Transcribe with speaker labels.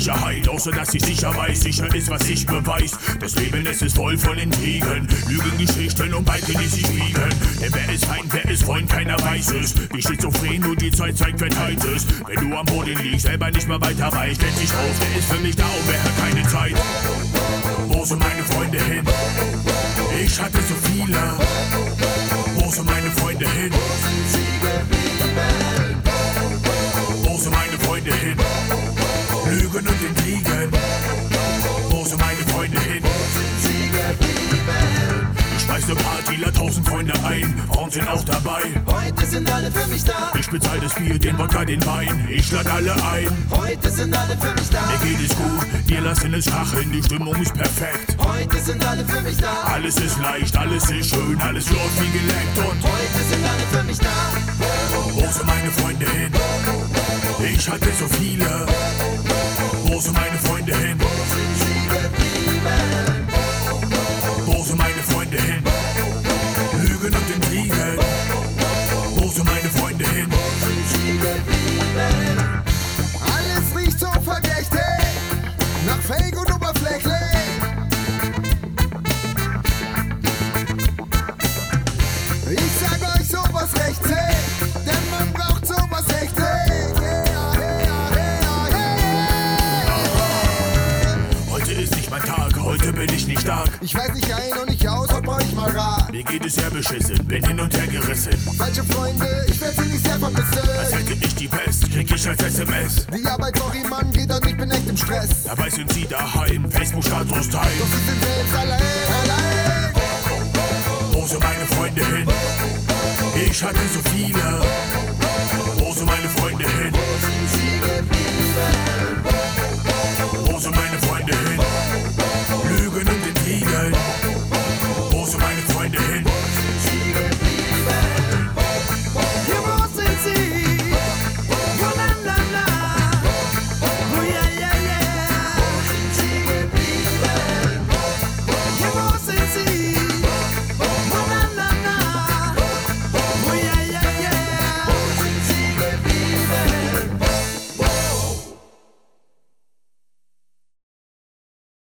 Speaker 1: weiß und dass ich sicher weiß, sicher ist, was ich beweis. Das Leben, es ist voll von Intrigen, Lügengeschichten und Balken, die sich wiegen. Denn wer ist Feind, wer ist Freund, keiner weiß es. Wie schizophren, nur die Zeit zeigt, wer teilt es. Wenn du am Boden liegst, selber nicht mehr weiter weißt, stellt dich auf, der ist für mich da und wer hat keine Zeit. Wo sind meine Freunde hin? Ich hatte so viele. Wo sind meine Freunde hin? Wo sind meine Freunde hin? Lügen und Intrigen. Wo sind meine Freunde hin? Ich schmeiß ne Party, lad tausend Freunde ein. Frauen sind auch dabei.
Speaker 2: Heute sind alle für mich da.
Speaker 1: Ich bezahl das Bier, den Wodka, den Wein. Ich lad alle ein.
Speaker 2: Heute sind alle für mich da.
Speaker 1: Mir geht es gut, wir lassen es krachen. Die Stimmung ist perfekt.
Speaker 2: Heute sind alle für mich da.
Speaker 1: Alles ist leicht, alles ist schön, alles läuft wie geleckt. Und
Speaker 2: Heute sind alle für mich da.
Speaker 1: Wo sind meine Freunde hin? Ich hatte so viele. Wo sind meine Freunde hin? Wo sind meine Freunde hin? Lügen und Intrigen. Wo sind meine Freunde hin?
Speaker 3: Alles riecht so verdächtig, nach Fake und oberflächlich. Ich sag euch sowas recht zäh, denn man braucht sowas echt zäh. Yeah, yeah, yeah, yeah.
Speaker 1: Heute ist nicht mein Tag, heute bin ich nicht stark.
Speaker 3: Ich weiß nicht ein und nicht aus, ob brauch ich mal Rat.
Speaker 1: Mir geht es sehr beschissen, bin hin und her gerissen.
Speaker 3: Falsche Freunde, ich werd sie nicht sehr
Speaker 1: Als
Speaker 3: vermissen.
Speaker 1: hätte ich die Pest, krieg ich als SMS.
Speaker 3: Die Arbeit, sorry Mann, geht an, ich bin echt im Stress.
Speaker 1: Dabei sind sie daheim, Facebook-Status
Speaker 3: Doch
Speaker 1: teilen.
Speaker 3: sie sind selbst allein, allein.
Speaker 1: Wo sind meine Freunde hin? Ich hatte so viele.